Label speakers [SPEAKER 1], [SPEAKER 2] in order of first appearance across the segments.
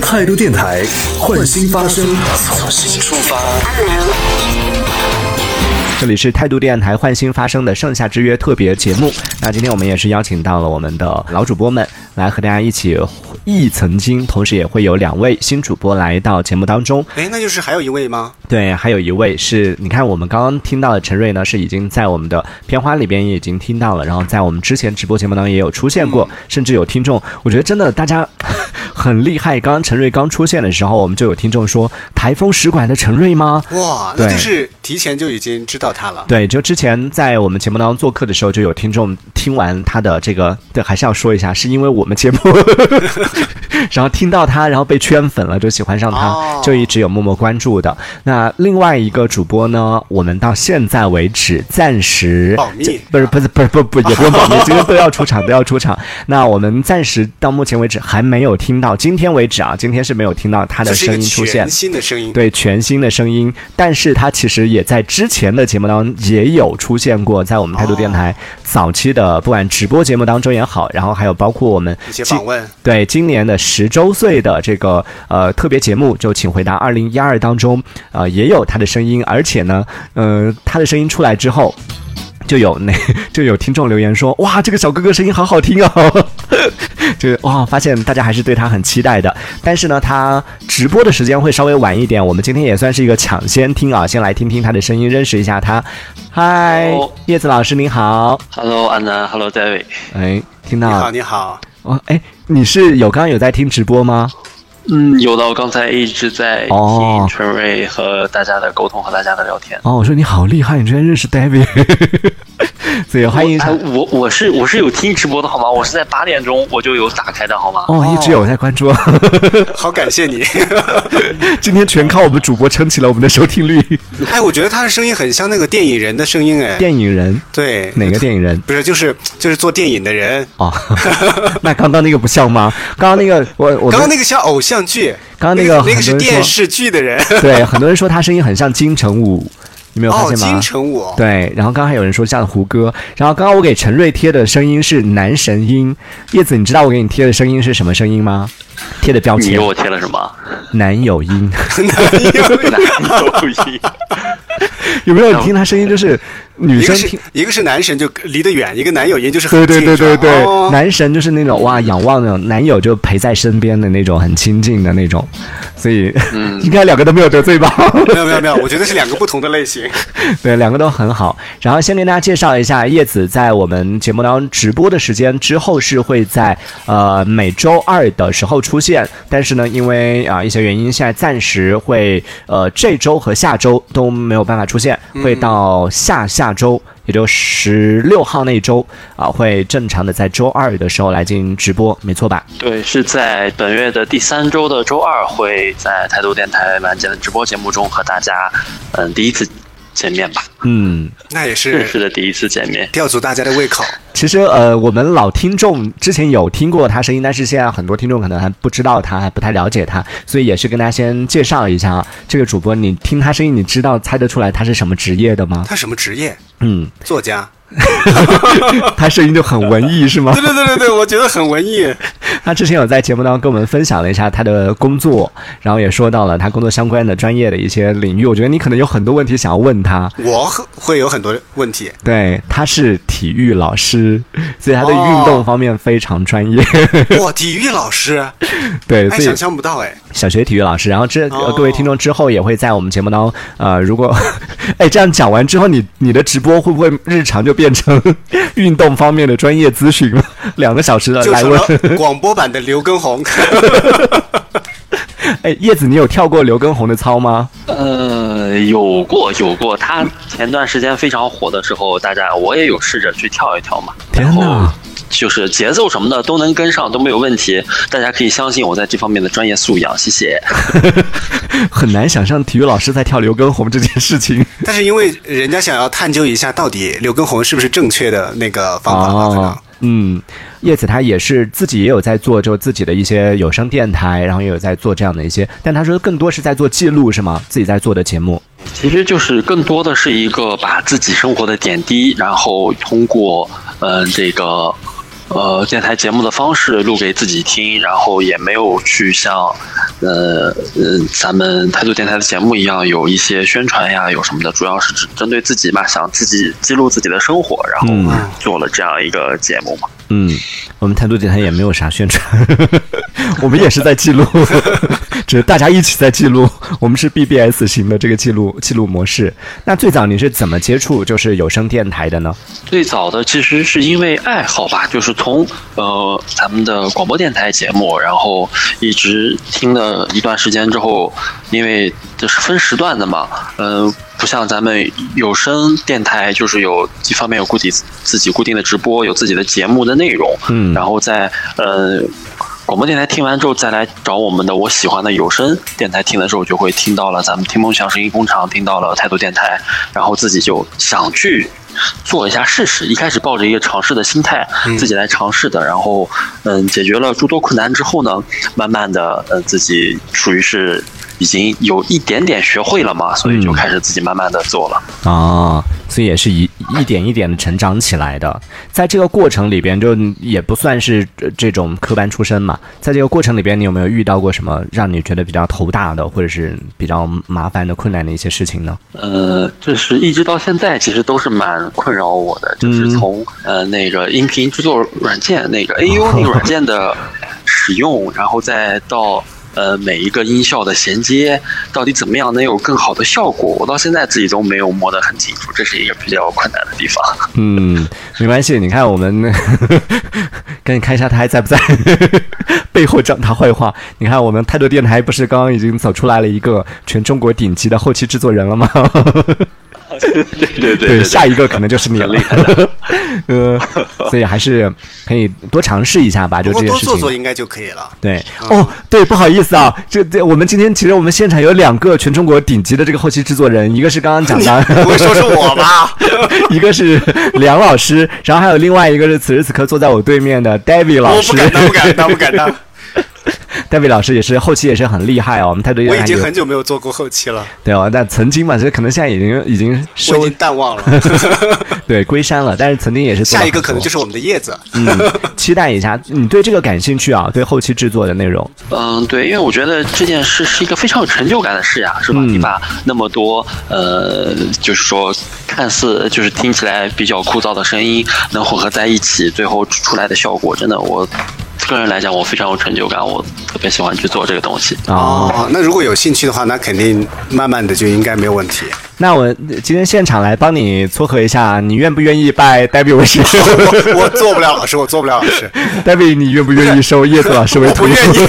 [SPEAKER 1] 态度电台，换新发声，从新出发。
[SPEAKER 2] 这里是态度电台换新发生的盛夏之约特别节目。那今天我们也是邀请到了我们的老主播们来和大家一起忆曾经，同时也会有两位新主播来到节目当中。
[SPEAKER 3] 哎，那就是还有一位吗？
[SPEAKER 2] 对，还有一位是，你看我们刚刚听到的陈瑞呢，是已经在我们的片花里边也已经听到了，然后在我们之前直播节目当中也有出现过，甚至有听众，我觉得真的大家很厉害。刚刚陈瑞刚出现的时候，我们就有听众说：“台风使馆的陈瑞吗？”
[SPEAKER 3] 哇，那
[SPEAKER 2] 对
[SPEAKER 3] 就是提前就已经知道他了。
[SPEAKER 2] 对，就之前在我们节目当中做客的时候，就有听众听完他的这个，对，还是要说一下，是因为我们节 目， 然后听到他，然后被圈粉了，就喜欢上他
[SPEAKER 3] 哦，
[SPEAKER 2] 就一直有默默关注的。那另外一个主播呢，我们到现在为止暂时
[SPEAKER 3] 保密
[SPEAKER 2] 这不是不是不是不是不是也不用保密，今天都要出场都要出场。那我们暂时到目前为止还没有听到，今天为止啊，今天是没有听到他
[SPEAKER 3] 这
[SPEAKER 2] 的
[SPEAKER 3] 是一
[SPEAKER 2] 声
[SPEAKER 3] 个
[SPEAKER 2] 音出现
[SPEAKER 3] 全。新的声音，
[SPEAKER 2] 对全新的声音，但是它其实也在之前的节目当中也有出现过，在我们态度电
[SPEAKER 3] 哦
[SPEAKER 2] 台早期的不管直播节目当中也好，然后还有包括我们
[SPEAKER 3] 一些
[SPEAKER 2] 今
[SPEAKER 3] 访问，
[SPEAKER 2] 对今年的十周岁的这个呃特别节目，就请回答二零一二当中，呃也有他的声音，而且呢，呃他的声音出来之后。就有那 就有听众留言说，哇，这个小哥哥声音好好听哦， 就是哇，发现大家还是对他很期待的。但是呢，他直播的时间会稍微晚一点，我们今天也算是一个抢先听啊，先来听听他的声音，认识一下他。嗨
[SPEAKER 4] Hello，
[SPEAKER 2] 叶子老师您好，
[SPEAKER 4] Hello，安南，Hello，戴伟。
[SPEAKER 2] 哎，听
[SPEAKER 3] 你
[SPEAKER 2] 到
[SPEAKER 3] 好，
[SPEAKER 2] 了
[SPEAKER 3] 你好，
[SPEAKER 2] 哦，哎，你是有刚刚有在听直播吗？
[SPEAKER 4] 嗯，有的，我刚才一直在
[SPEAKER 2] 哦
[SPEAKER 4] 听春瑞和大家的沟通和大家的聊天。
[SPEAKER 2] 哦，我说你好厉害，你居然认识 David，所以欢迎
[SPEAKER 4] 哎，我我是我是有听直播的好吗？我是在八点钟我就有打开的好吗？
[SPEAKER 2] 哦，一直有在关注，
[SPEAKER 3] 好感谢你。
[SPEAKER 2] 今天全靠我们主播撑起了我们的收听率。
[SPEAKER 3] 哎，我觉得他的声音很像那个电影人的声音，哎，
[SPEAKER 2] 电影人
[SPEAKER 3] 对，
[SPEAKER 2] 哪个电影人？
[SPEAKER 3] 不是，就是就是做电影的人。
[SPEAKER 2] 哦， 那刚刚那个不像吗？刚刚那个我我们
[SPEAKER 3] 刚刚那个像偶像剧，
[SPEAKER 2] 刚刚那
[SPEAKER 3] 那
[SPEAKER 2] 个
[SPEAKER 3] 那个是
[SPEAKER 2] 很多人说
[SPEAKER 3] 电视剧的人。
[SPEAKER 2] 对很多人说他声音很像金城武，你没有发
[SPEAKER 3] 哦，
[SPEAKER 2] 现吗？
[SPEAKER 3] 金城武，
[SPEAKER 2] 对，然后刚刚还有人说像胡歌，然后刚刚我给陈瑞贴的声音是男神音，叶子，你知道我给你贴的声音是什么声音吗？贴的标
[SPEAKER 4] 你
[SPEAKER 2] 签
[SPEAKER 4] 给我贴了什 么？
[SPEAKER 2] 男友音。
[SPEAKER 4] 男友谊。
[SPEAKER 2] 有没有听他声音就是女
[SPEAKER 3] 一
[SPEAKER 2] 生
[SPEAKER 3] 个是
[SPEAKER 2] 听？
[SPEAKER 3] 一个是男神就离得远，一个男友音就是
[SPEAKER 2] 对
[SPEAKER 3] 很
[SPEAKER 2] 对
[SPEAKER 3] 近
[SPEAKER 2] 对对
[SPEAKER 3] 是吧
[SPEAKER 2] 对，
[SPEAKER 3] 哦
[SPEAKER 2] 男神就是那种哇仰望那种男友就陪在身边的那种很亲近的那种，所以、
[SPEAKER 3] 嗯
[SPEAKER 2] 应该两个都没有得罪吧？
[SPEAKER 3] 没有没有没有，我觉得是两个不同的类型。
[SPEAKER 2] 对，两个都很好。然后先跟大家介绍一下，叶子在我们节目当中直播的时间之后是会在呃每周二的时候出现，但是呢，因为啊、一些原因，现在暂时会呃这周和下周都没有办法出现，会到下下周。也就十六号那一周啊，会正常的在周二的时候来进行直播，没错吧？
[SPEAKER 4] 对，是在本月的第三周的周二，会在台都电台晚间的直播节目中和大家，嗯，第一次见面吧，
[SPEAKER 2] 嗯，
[SPEAKER 3] 那也
[SPEAKER 4] 正式
[SPEAKER 3] 是
[SPEAKER 4] 的第一次见面。
[SPEAKER 3] 吊足大家的胃口。
[SPEAKER 2] 其实呃，我们老听众之前有听过他声音，但是现在很多听众可能还不知道他，还不太了解他，所以也是跟大家先介绍一下啊。这个主播，你听他声音，你知道猜得出来他是什么职业的吗？
[SPEAKER 3] 他什么职业？
[SPEAKER 2] 嗯，
[SPEAKER 3] 作家。
[SPEAKER 2] 他声音就很文艺是吗
[SPEAKER 3] 对？对对对对，我觉得很文艺。
[SPEAKER 2] 他之前有在节目当中跟我们分享了一下他的工作，然后也说到了他工作相关的专业的一些领域。我觉得你可能有很多问题想要问他。
[SPEAKER 3] 我很会有很多问题。
[SPEAKER 2] 对，他是体育老师，所以他对运
[SPEAKER 3] 哦
[SPEAKER 2] 动方面非常专业。
[SPEAKER 3] 哇，体育老师，
[SPEAKER 2] 对，
[SPEAKER 3] 哎，
[SPEAKER 2] 所以
[SPEAKER 3] 想象不到哎，
[SPEAKER 2] 小学体育老师，然后这、呃
[SPEAKER 3] 哦
[SPEAKER 2] 各位听众之后也会在我们节目当中，呃，如果 哎这样讲完之后，你你的直播会不会日常就变成运动方面的专业咨询了？ 两个小时的
[SPEAKER 3] 就
[SPEAKER 2] 呃来
[SPEAKER 3] 成
[SPEAKER 2] 问，
[SPEAKER 3] 了广播版的刘畊宏。
[SPEAKER 2] 哎，叶子，你有跳过刘畊宏的操吗？
[SPEAKER 4] 呃，有过有过，他前段时间非常火的时候，大家我也有试着去跳一跳嘛。
[SPEAKER 2] 天
[SPEAKER 4] 然后
[SPEAKER 3] 哦
[SPEAKER 2] 哪！
[SPEAKER 4] 就是节奏什么的都能跟上，都没有问题。大家可以相信我在这方面的专业素养，谢谢。
[SPEAKER 2] 很难想象体育老师在跳刘畊宏这件事 情。
[SPEAKER 3] 但是因为人家想要探究一下到底刘畊宏是不是正确的那个方法吧，可能
[SPEAKER 2] 哦，嗯，叶子她也是自己也有在做，就自己的一些有声电台，然后也有在做这样的一些，但她说更多是在做记录，是吗？自己在做的节目。
[SPEAKER 4] 其实就是更多的是一个把自己生活的点滴，然后通过嗯、呃这个呃电台节目的方式录给自己听，然后也没有去像呃呃咱们态度电台的节目一样有一些宣传呀，有什么的，主要是只针对自己嘛，想自己记录自己的生活，然后做了这样一个节目嘛。
[SPEAKER 2] 嗯，我们态度电台也没有啥宣传， 我们也是在记录， 只是大家一起在记录。我们是 BBS 型的这个记录记录模式。那最早你是怎么接触就是有声电台的呢？
[SPEAKER 4] 最早的其实是因为爱好吧，就是从呃咱们的广播电台节目，然后一直听了一段时间之后，因为这是分时段的嘛，嗯、呃。不像咱们有声电台，就是有一方面有固定自己固定的直播，有自己的节目的内容，
[SPEAKER 2] 嗯
[SPEAKER 4] 然后在呃广播电台听完之后，再来找我们的我喜欢的有声电台听的时候，就会听到了咱们听梦想声音工厂，听到了态度电台，然后自己就想去做一下试试。一开始抱着一个尝试的心态，自己来尝试的，然后嗯解决了诸多困难之后呢，慢慢的呃自己属于是已经有一点点学会了嘛，所以就
[SPEAKER 2] 嗯
[SPEAKER 4] 开始自己慢慢的做了。
[SPEAKER 2] 哦，所以也是一一点一点的成长起来的。在这个过程里边，就也不算是呃这种科班出身嘛。在这个过程里边，你有没有遇到过什么让你觉得比较头大的，或者是比较麻烦的、困难的一些事情呢？
[SPEAKER 4] 呃，这是一直到现在，其实都是蛮困扰我的，就是从、呃那个音频制作软件那个 AU 那个软件的使用，然后再到呃每一个音效的衔接，到底怎么样能有更好的效果，我到现在自己都没有摸得很清楚，这是一个比较困难的地方。
[SPEAKER 2] 嗯，没关系，你看我们 赶紧看一下他还在不在， 背后讲他坏话。你看我们态度电台不是刚刚已经走出来了一个全中国顶级的后期制作人了吗？
[SPEAKER 4] 对对对
[SPEAKER 2] 对，下一个可能就是你
[SPEAKER 4] 很
[SPEAKER 2] 了
[SPEAKER 4] 厉害的。
[SPEAKER 2] 呃，所以还是可以多尝试一下吧，就
[SPEAKER 3] 不
[SPEAKER 2] 这
[SPEAKER 3] 过
[SPEAKER 2] 件
[SPEAKER 3] 多
[SPEAKER 2] 事
[SPEAKER 3] 做
[SPEAKER 2] 情。
[SPEAKER 3] 做应该就可以了。
[SPEAKER 2] 对，哦，对，不好意思啊，这这我们今天其实我们现场有两个全中国顶级的这个后期制作人，一个是刚刚讲的，
[SPEAKER 3] 不会说是我吧？
[SPEAKER 2] 一个是梁老师，然后还有另外一个是此时此刻坐在我对面的 David 老
[SPEAKER 3] 我
[SPEAKER 2] 师
[SPEAKER 3] 不敢当，不敢当，不敢当。
[SPEAKER 2] ，David 老师也是后期也是很厉害哦，我们态度
[SPEAKER 3] 我
[SPEAKER 2] 也
[SPEAKER 3] 已经
[SPEAKER 2] 有
[SPEAKER 3] 很久没有做过后期了，
[SPEAKER 2] 对哦，但曾经嘛，其实可能现在已经已经
[SPEAKER 3] 我已
[SPEAKER 2] 收
[SPEAKER 3] 经淡忘了。
[SPEAKER 2] 对归山了，但是曾经也是做了
[SPEAKER 3] 下一个
[SPEAKER 2] 很
[SPEAKER 3] 可能
[SPEAKER 2] 多
[SPEAKER 3] 就是我们的 叶子。
[SPEAKER 2] 嗯，期待一下，你对这个感兴趣啊？对后期制作的内容，
[SPEAKER 4] 嗯，对，因为我觉得这件事是一个非常有成就感的事呀，是吧？
[SPEAKER 2] 嗯
[SPEAKER 4] 你把那么多呃，就是说看似就是听起来比较枯燥的声音能混合在一起，最后出来的效果，真的我个人来讲，我非常有成就感，我特别喜欢去做这个东西。
[SPEAKER 2] 哦，
[SPEAKER 3] 哦，那如果有兴趣的话，那肯定慢慢的就应该没有问题。
[SPEAKER 2] 那我今天现场来帮你撮合一下，你愿不愿意拜戴比为 师？
[SPEAKER 3] 我我做不了老师，我做不了老师，
[SPEAKER 2] 戴比，你愿不愿意收叶子老师为
[SPEAKER 3] 我
[SPEAKER 2] 徒
[SPEAKER 3] 不？愿 意，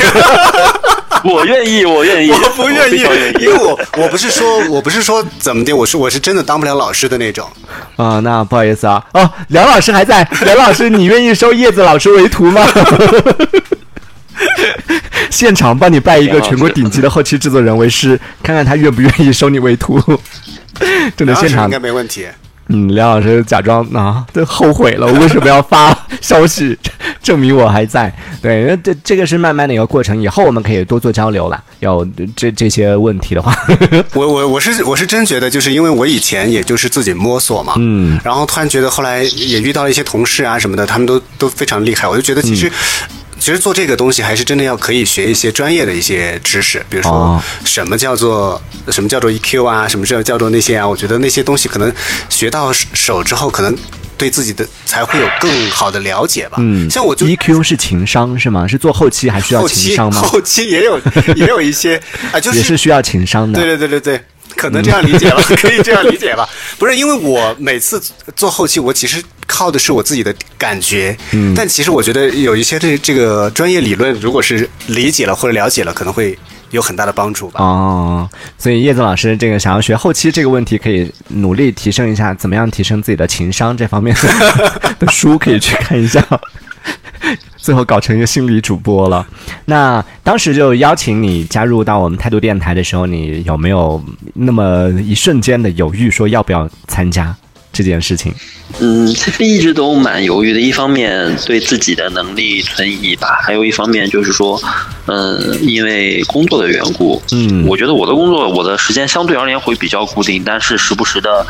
[SPEAKER 4] 我愿意，我愿意，
[SPEAKER 3] 我不愿
[SPEAKER 4] 非
[SPEAKER 3] 意
[SPEAKER 4] 常愿，
[SPEAKER 3] 因为我我不是说我不是说怎么的，我是我是真的当不了老师的那种。
[SPEAKER 2] 啊、那不好意思啊。哦，梁老师还在， 梁老师，你愿意收叶子老师为徒吗？ 现场帮你拜一个全国顶级的后期制作人为师，看看他愿不愿意收你为徒。 真的，
[SPEAKER 3] 当
[SPEAKER 2] 现
[SPEAKER 3] 时
[SPEAKER 2] 场
[SPEAKER 3] 应该没问题。
[SPEAKER 2] 嗯，梁老师假装啊，都后悔了，我为什么要发 消息证明我还在？对，那这这个是慢慢的一个过程，以后我们可以多做交流了。有这这些问题的话，
[SPEAKER 3] 我我我是我是真觉得，就是因为我以前也就是自己摸索嘛，
[SPEAKER 2] 嗯，
[SPEAKER 3] 然后突然觉得后来也遇到了一些同事啊什么的，他们都都非常厉害，我就觉得其实。
[SPEAKER 2] 嗯
[SPEAKER 3] 其实做这个东西还是真的要可以学一些专业的一些知识，比如说
[SPEAKER 2] 哦
[SPEAKER 3] 什么叫做、什么叫做 EQ 啊，什么叫叫做那些啊，我觉得那些东西可能学到手之后，可能对自己的才会有更好的了解吧。
[SPEAKER 2] 嗯，
[SPEAKER 3] 像我就
[SPEAKER 2] EQ 是情商是吗？是做后期还需要
[SPEAKER 3] 后
[SPEAKER 2] 情
[SPEAKER 3] 期
[SPEAKER 2] 商吗？
[SPEAKER 3] 后期也有也有一些啊，就
[SPEAKER 2] 也是需要情商的。
[SPEAKER 3] 对对对对
[SPEAKER 2] 嗯
[SPEAKER 3] 对，可能这样理解了， 可以这样理解吧。不是因为我每次做后期，我其实靠的是我自己的感觉，嗯，但其实我觉得有一些这这个专业理论，如果是理解了或者了解了，可能会有很大的帮助吧。
[SPEAKER 2] 哦，所以叶子老师这个想要学后期这个问题，可以努力提升一下，怎么样提升自己的情商这方面的书可以去看一下。最后搞成一个心理主播了。那当时就邀请你加入到我们态度电台的时候，你有没有那么一瞬间的犹豫，说要不要参加？这件事情？
[SPEAKER 4] 嗯，其实一直都蛮犹豫的。一方面对自己的能力存疑吧，还有一方面就是说，嗯，因为工作的缘故，
[SPEAKER 2] 嗯
[SPEAKER 4] 我觉得我的工作我的时间相对而言会比较固定，但是时不时的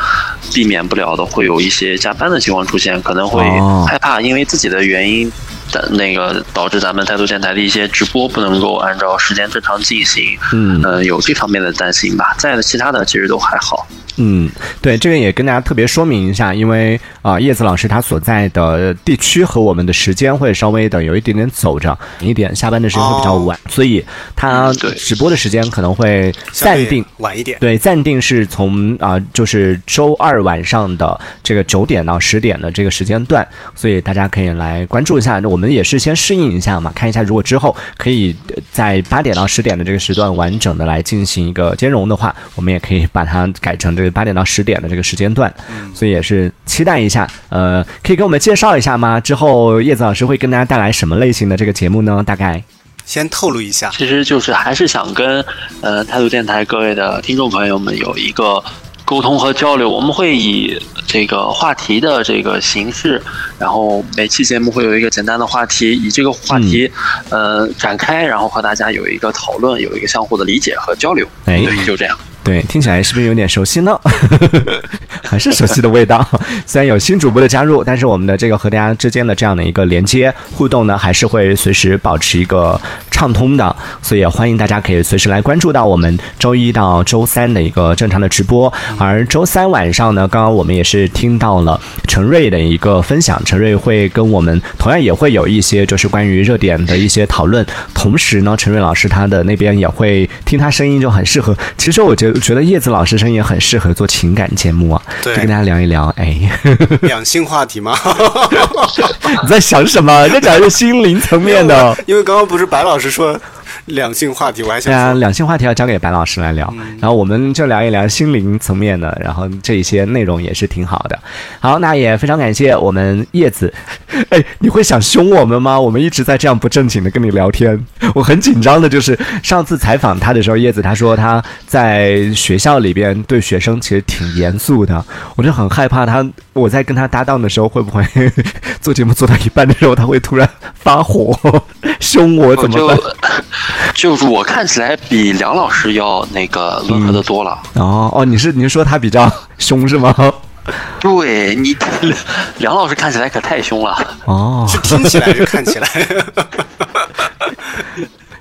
[SPEAKER 4] 避免不了的会有一些加班的情况出现，可能会
[SPEAKER 2] 哦
[SPEAKER 4] 害怕因为自己的原因。的那个导致咱们态度电台的一些直播不能够按照时间正常进行，
[SPEAKER 2] 嗯
[SPEAKER 4] 呃有这方面的担心吧。再其他的其实都还好。
[SPEAKER 2] 嗯，对，这个也跟大家特别说明一下，因为啊、呃叶子老师他所在的地区和我们的时间会稍微的有一点点走着，一点下班的时间会比较晚，所以他
[SPEAKER 4] 嗯对
[SPEAKER 2] 直播的时间可能会
[SPEAKER 3] 相
[SPEAKER 2] 暂
[SPEAKER 3] 对
[SPEAKER 2] 定。
[SPEAKER 3] 晚一点。
[SPEAKER 2] 对，暂定是从啊、就是周二晚上的这个九点到十点的这个时间段，所以大家可以来关注一下。那我们也是先适应一下嘛，看一下如果之后可以呃在八点到十点的这个时段完整的来进行一个兼容的话，我们也可以把它改成这个八点到十点的这个时间段。所以也是期待一下，呃，可以给我们介绍一下吗？之后叶子老师会跟大家带来什么类型的这个节目呢？大概，
[SPEAKER 3] 先透露一下，
[SPEAKER 4] 其实就是还是想跟呃态度电台各位的听众朋友们有一个沟通和交流。我们会以这个话题的这个形式，然后每期节目会有一个简单的话题，以这个话题、
[SPEAKER 2] 嗯
[SPEAKER 4] 呃展开，然后和大家有一个讨论，有一个相互的理解和交流。
[SPEAKER 2] 哎
[SPEAKER 4] 对，就这样。
[SPEAKER 2] 对，听起来是不是有点熟悉呢？ 还是熟悉的味道。 虽然有新主播的加入，但是我们的这个和大家之间的这样的一个连接互动呢，还是会随时保持一个畅通的。所以也欢迎大家可以随时来关注到我们周一到周三的一个正常的直播。而周三晚上呢，刚刚我们也是听到了陈瑞的一个分享，陈瑞会跟我们同样也会有一些就是关于热点的一些讨论。同时呢，陈瑞老师他的那边也会听他声音就很适合。其实我觉得觉得叶子老师声音也很适合做情感节目啊，
[SPEAKER 3] 对
[SPEAKER 2] 就跟大家聊一聊。哎，
[SPEAKER 3] 两性话题吗？
[SPEAKER 2] 你在想什么？在讲一个心灵层面的。
[SPEAKER 3] 因为刚刚不是白老师说两性话题，我还
[SPEAKER 2] 对
[SPEAKER 3] 想
[SPEAKER 2] 啊，
[SPEAKER 3] 说，
[SPEAKER 2] 两性话题要交给白老师来聊，然后我们就聊一聊心灵层面的，然后这一些内容也是挺好的。好，那也非常感谢我们叶子。 哎，你会想凶我们吗？我们一直在这样不正经的跟你聊天， 我很紧张的。就是上次采访他的时候，叶子他说他在学校里边对学生其实挺严肃的，我就很害怕他。我在跟他搭档的时候，会不会 做节目做到一半的时候，他会突然发火 凶我？
[SPEAKER 4] 我
[SPEAKER 2] 怎么
[SPEAKER 4] 就
[SPEAKER 2] 办？
[SPEAKER 4] 就是我看起来比梁老师要那个温和的多了。
[SPEAKER 2] 哦哦，你是你是说他比较凶是吗？
[SPEAKER 4] 对你， 梁老师看起来可太凶了。
[SPEAKER 2] 哦，
[SPEAKER 3] 是听起来就 看起来，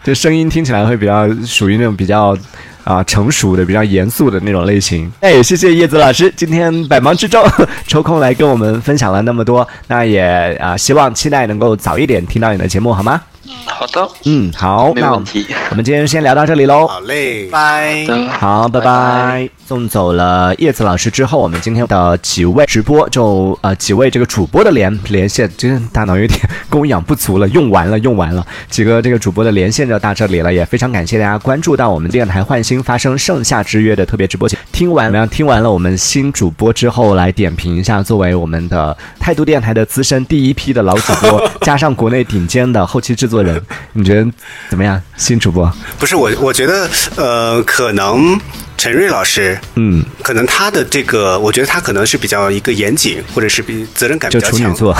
[SPEAKER 2] 就声音听起来会比较属于那种比较啊、成熟的、比较严肃的那种类型。哎，谢谢叶子老师，今天百忙之中 抽空来跟我们分享了那么多，那也啊、希望期待能够早一点听到你的节目，好吗？
[SPEAKER 4] 好的，
[SPEAKER 2] 嗯，好，
[SPEAKER 4] 没
[SPEAKER 2] 那我
[SPEAKER 4] 问
[SPEAKER 2] 们
[SPEAKER 4] 题。
[SPEAKER 2] 我们今天先聊到这里喽。
[SPEAKER 3] 好嘞，拜。
[SPEAKER 4] 嗯
[SPEAKER 2] 好，拜
[SPEAKER 4] 拜拜
[SPEAKER 2] 送走了叶子老师之后，我们今天的几位直播就呃几位这个主播的连连线，真是大脑有点供养不足了，用完了用完了，几个这个主播的连线就到这里了，也非常感谢大家关注到我们电台焕星发生盛夏之约的特别直播节目。听完了听完了我们新主播之后，来点评一下作为我们的态度电台的资深第一批的老主播，加上国内顶尖的后期制作人，你觉得怎么样？新主播，
[SPEAKER 3] 不是我，我觉得呃，可能陈瑞老师，
[SPEAKER 2] 嗯，
[SPEAKER 3] 可能他的这个，我觉得他可能是比较一个严谨，或者是比责任感比
[SPEAKER 2] 就
[SPEAKER 3] 较
[SPEAKER 2] 处女
[SPEAKER 3] 强，
[SPEAKER 2] 座。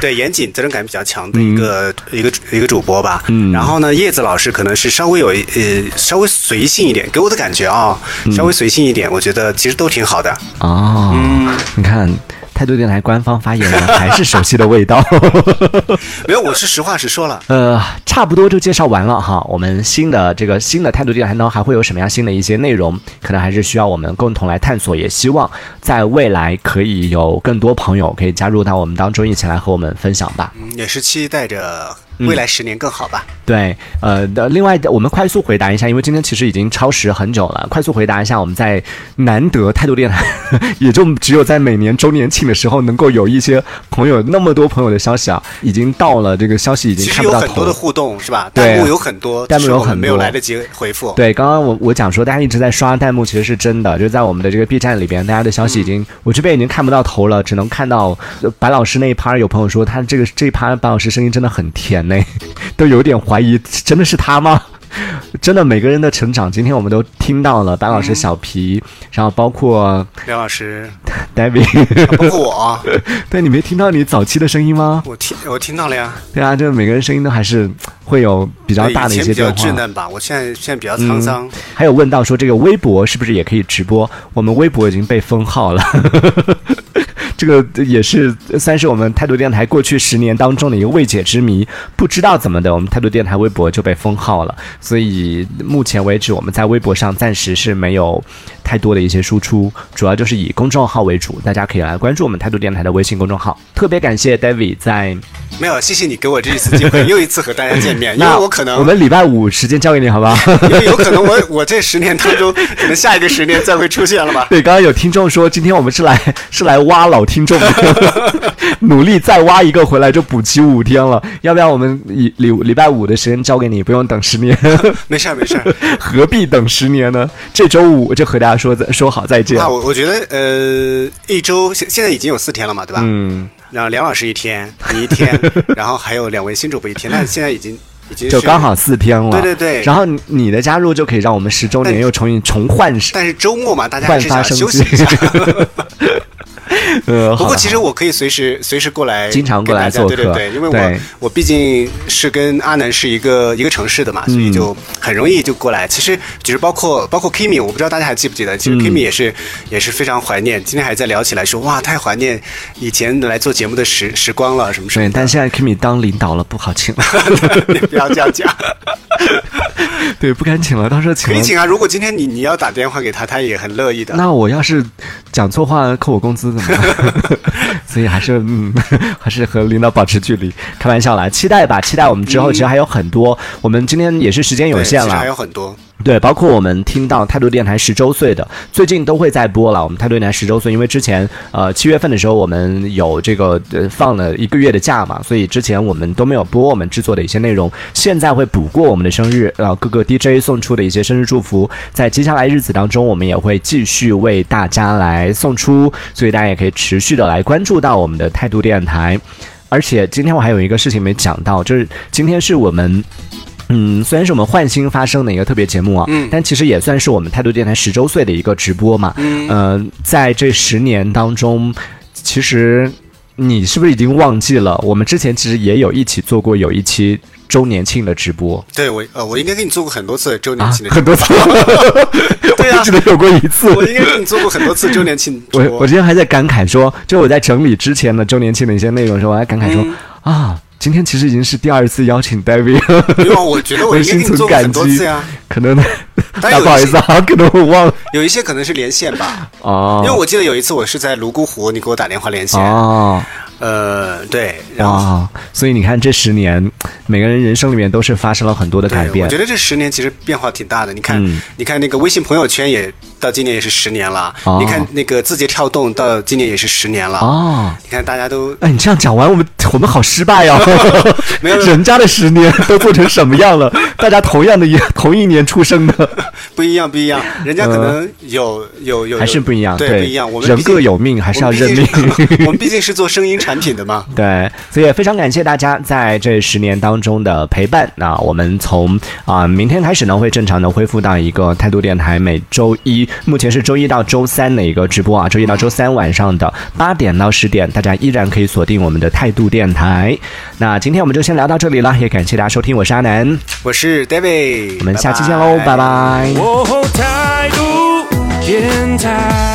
[SPEAKER 3] 对严谨、责任感比较强的一个、一个一个主播吧。
[SPEAKER 2] 嗯
[SPEAKER 3] 然后呢，叶子老师可能是稍微有呃稍微随性一点，给我的感觉啊、
[SPEAKER 2] 嗯
[SPEAKER 3] 稍微随性一点，我觉得其实都挺好的。
[SPEAKER 2] 哦，你看，态度电台官方发言人还是熟悉的味道。
[SPEAKER 3] 没有，我是实话实说了。
[SPEAKER 2] 呃，差不多就介绍完了哈。我们新的这个新的态度电台呢，还会有什么样新的一些内容？可能还是需要我们共同来探索，也希望在未来可以有更多朋友可以加入到我们当中，一起来和我们分享吧。
[SPEAKER 3] 嗯也是期待着
[SPEAKER 2] 嗯
[SPEAKER 3] 未来十年更好吧。
[SPEAKER 2] 对，呃，的另外我们快速回答一下，因为今天其实已经超时很久了，快速回答一下，我们在难得态度电台，也就只有在每年周年庆的时候能够有一些朋友那么多朋友的消息啊，已经到了这个消息已经
[SPEAKER 3] 其
[SPEAKER 2] 看
[SPEAKER 3] 实
[SPEAKER 2] 不到
[SPEAKER 3] 有很多
[SPEAKER 2] 头
[SPEAKER 3] 的。互动是吧？
[SPEAKER 2] 对啊
[SPEAKER 3] 弹幕有很多，
[SPEAKER 2] 弹幕有
[SPEAKER 3] 是我们没有
[SPEAKER 2] 很多
[SPEAKER 3] 来得及回复。
[SPEAKER 2] 对，刚刚我我讲说，大家一直在刷弹幕，其实是真的，就在我们的这个 B 站里边，大家的消息已
[SPEAKER 3] 嗯
[SPEAKER 2] 经、我这边已经看不到头了，只能看到呃白老师那一趴。有朋友说他这个 这一趴白老师声音真的很甜呢、都有点怀疑，真的是他吗？ 真的每个人的成长，今天我们都听到了白老师、小皮，然后包括
[SPEAKER 3] 梁老师，
[SPEAKER 2] David，
[SPEAKER 3] 包括 我，啊
[SPEAKER 2] 对你没听到你早期的声音吗？
[SPEAKER 3] 我听我听到了呀。
[SPEAKER 2] 对啊，就每个人声音都还是会有比较
[SPEAKER 3] 对
[SPEAKER 2] 大的
[SPEAKER 3] 以
[SPEAKER 2] 一
[SPEAKER 3] 前
[SPEAKER 2] 些
[SPEAKER 3] 比较
[SPEAKER 2] 变
[SPEAKER 3] 稚
[SPEAKER 2] 化。嗯
[SPEAKER 3] 嫩吧，我现在现在比较沧桑。
[SPEAKER 2] 还有问到说这个微博是不是也可以直播？我们微博已经被封号了， 这个也是算是我们态度电台过去十年当中的一个未解之谜，不知道怎么的，我们态度电台微博就被封号了。所以目前为止，我们在微博上暂时是没有太多的一些输出，主要就是以公众号为主，大家可以来关注我们态度电台的微信公众号。特别感谢 David 在
[SPEAKER 3] 没有，谢谢你给我这一次 机会，又一次和大家见面，因为
[SPEAKER 2] 那
[SPEAKER 3] 我可能
[SPEAKER 2] 我们礼拜五时间交给你，好不好？
[SPEAKER 3] 因为有可能我我这十年当中，可能下一个十年再会出现了 吧？
[SPEAKER 2] 对，刚刚有听众说，今天我们是来 是来挖老听众的， 努力再挖一个回来就补齐五天了。要不要我们礼礼礼拜五的时间交给你，不用等十年，
[SPEAKER 3] 没事儿没事儿，
[SPEAKER 2] 何必等十年呢？这周五我就和大家说说好再见
[SPEAKER 3] 啊，。我我觉得呃，一周现现在已经有四天了嘛，对吧？
[SPEAKER 2] 嗯，
[SPEAKER 3] 然后梁老师一天，你一 天，然后还有两位新主播一天，那现在已经已经
[SPEAKER 2] 就是刚好四天了。
[SPEAKER 3] 对对对
[SPEAKER 2] 然后你你的加入就可以让我们十周年
[SPEAKER 3] 但
[SPEAKER 2] 又重新重换
[SPEAKER 3] 但是周末嘛，大家还
[SPEAKER 2] 焕
[SPEAKER 3] 是
[SPEAKER 2] 发生
[SPEAKER 3] 想休息
[SPEAKER 2] 机
[SPEAKER 3] 一下。。
[SPEAKER 2] 呃，
[SPEAKER 3] 不
[SPEAKER 2] 好
[SPEAKER 3] 过
[SPEAKER 2] 了
[SPEAKER 3] 其实我可以随时随时过来，
[SPEAKER 2] 经常过来做客
[SPEAKER 3] 对对对，因为我
[SPEAKER 2] 对
[SPEAKER 3] 我毕竟是跟阿南是一个一个城市的
[SPEAKER 2] 嗯
[SPEAKER 3] 嘛，所以就很容易就过来。其实就是包括包括 Kimi，我不知道大家还记不记得，其
[SPEAKER 2] 嗯
[SPEAKER 3] 实 Kimi 也是也是非常怀念，今天还在聊起来说哇，太怀念以前来做节目的时时光了什么什么
[SPEAKER 2] 对，
[SPEAKER 3] 的。
[SPEAKER 2] 但现在 Kimi 当领导了，不好请 了。
[SPEAKER 3] 你不要这样 讲，
[SPEAKER 2] 对，不敢请了，到时候请
[SPEAKER 3] 可
[SPEAKER 2] 了
[SPEAKER 3] 以请啊！如果今天你你要打电话给他，他也很乐意的。
[SPEAKER 2] 那我要是讲错话扣我工资怎么 办？所以还是嗯， 还是和领导保持距离，开玩笑啦，期待吧，期待我们之后其实还有很多，我们今天也是时间有
[SPEAKER 3] 嗯对
[SPEAKER 2] 限
[SPEAKER 3] 其实还有
[SPEAKER 2] 了，
[SPEAKER 3] 很多。
[SPEAKER 2] 对，包括我们听到态度电台十周岁的，最近都会在播了。我们态度电台十周岁，因为之前呃七月份的时候我们有这个呃放了一个月的假嘛，所以之前我们都没有播我们制作的一些内容，现在会补过我们的生日，呃各个 DJ 送出的一些生日祝福，在接下来日子当中，我们也会继续为大家来送出，所以大家也可以持续的来关注到我们的态度电台。而且今天我还有一个事情没讲到，就是今天是我们。嗯，虽然是我们换新发生的一个特别节目啊，嗯，但其实也算是我们态度电台十周岁的一个直播嘛。嗯，呃，在这十年当中，其实你是不是已经忘记了？我们之前其实也有一起做过有一期周年庆的直播
[SPEAKER 3] 对我呃，我应该给你做过很多次周
[SPEAKER 2] 啊
[SPEAKER 3] 年庆，的，
[SPEAKER 2] 很多次，
[SPEAKER 3] 对
[SPEAKER 2] 我
[SPEAKER 3] 啊
[SPEAKER 2] 只，能有过一次。
[SPEAKER 3] 我应该给你做过很多次周年庆 直
[SPEAKER 2] 我
[SPEAKER 3] 播
[SPEAKER 2] 我之前还在感慨说，就我在整理之前的周年庆的一些内容的时候，我还感慨说、
[SPEAKER 3] 嗯
[SPEAKER 2] 啊，今天其实已经是第二次邀请 David 了，
[SPEAKER 3] 因为啊我觉得我
[SPEAKER 2] 我
[SPEAKER 3] 应该
[SPEAKER 2] 心
[SPEAKER 3] 给你
[SPEAKER 2] 存
[SPEAKER 3] 做过
[SPEAKER 2] 感
[SPEAKER 3] 很多
[SPEAKER 2] 激
[SPEAKER 3] 次呀，。
[SPEAKER 2] 可 能
[SPEAKER 3] 但
[SPEAKER 2] 那
[SPEAKER 3] 有
[SPEAKER 2] 不好
[SPEAKER 3] 一
[SPEAKER 2] 意
[SPEAKER 3] 些
[SPEAKER 2] 思啊，可能我忘了
[SPEAKER 3] 有一些可能是连线吧，因为
[SPEAKER 2] 哦
[SPEAKER 3] 我记得有一次我是在泸沽湖，你给我打电话连线，
[SPEAKER 2] 哦
[SPEAKER 3] 呃，对，然后。
[SPEAKER 2] 哇！所以你看，这十年每个人人生里面都是发生了很多的改
[SPEAKER 3] 对，我
[SPEAKER 2] 变
[SPEAKER 3] 觉。得这十年其实变化挺大的。你看，
[SPEAKER 2] 嗯
[SPEAKER 3] 你看那个微信朋友圈也到今年也是十年了，
[SPEAKER 2] 哦
[SPEAKER 3] 你看那个字节跳动到今年也是十年了。
[SPEAKER 2] 哦，
[SPEAKER 3] 你看大家都
[SPEAKER 2] 哎，你这样讲完，我们我们好失败呀、
[SPEAKER 3] 没有 没有
[SPEAKER 2] 人家的十年都做成什么样了？大家同样的一同一年出生的，
[SPEAKER 3] 不一样，不一样，人家可能有、有有
[SPEAKER 2] 呃还是不一样
[SPEAKER 3] 对，
[SPEAKER 2] 对
[SPEAKER 3] 不一样。我们
[SPEAKER 2] 人
[SPEAKER 3] 毕竟
[SPEAKER 2] 各有命还是要
[SPEAKER 3] 我们毕竟
[SPEAKER 2] 认命
[SPEAKER 3] 我们毕竟是做声音产品的嘛。
[SPEAKER 2] 对，所以也非常感谢大家在这十年当中的陪伴。那我们从啊、明天开始呢，会正常的恢复到一个态度电台每周一，目前是周一到周三的一个直播啊，周一到周三晚上的八点到十点，大家依然可以锁定我们的态度电台。那今天我们就先聊到这里了，也感谢大家收听，我是阿南，
[SPEAKER 3] 我是 David，
[SPEAKER 2] 我们下期见喽，拜拜
[SPEAKER 5] 哦，态度电台。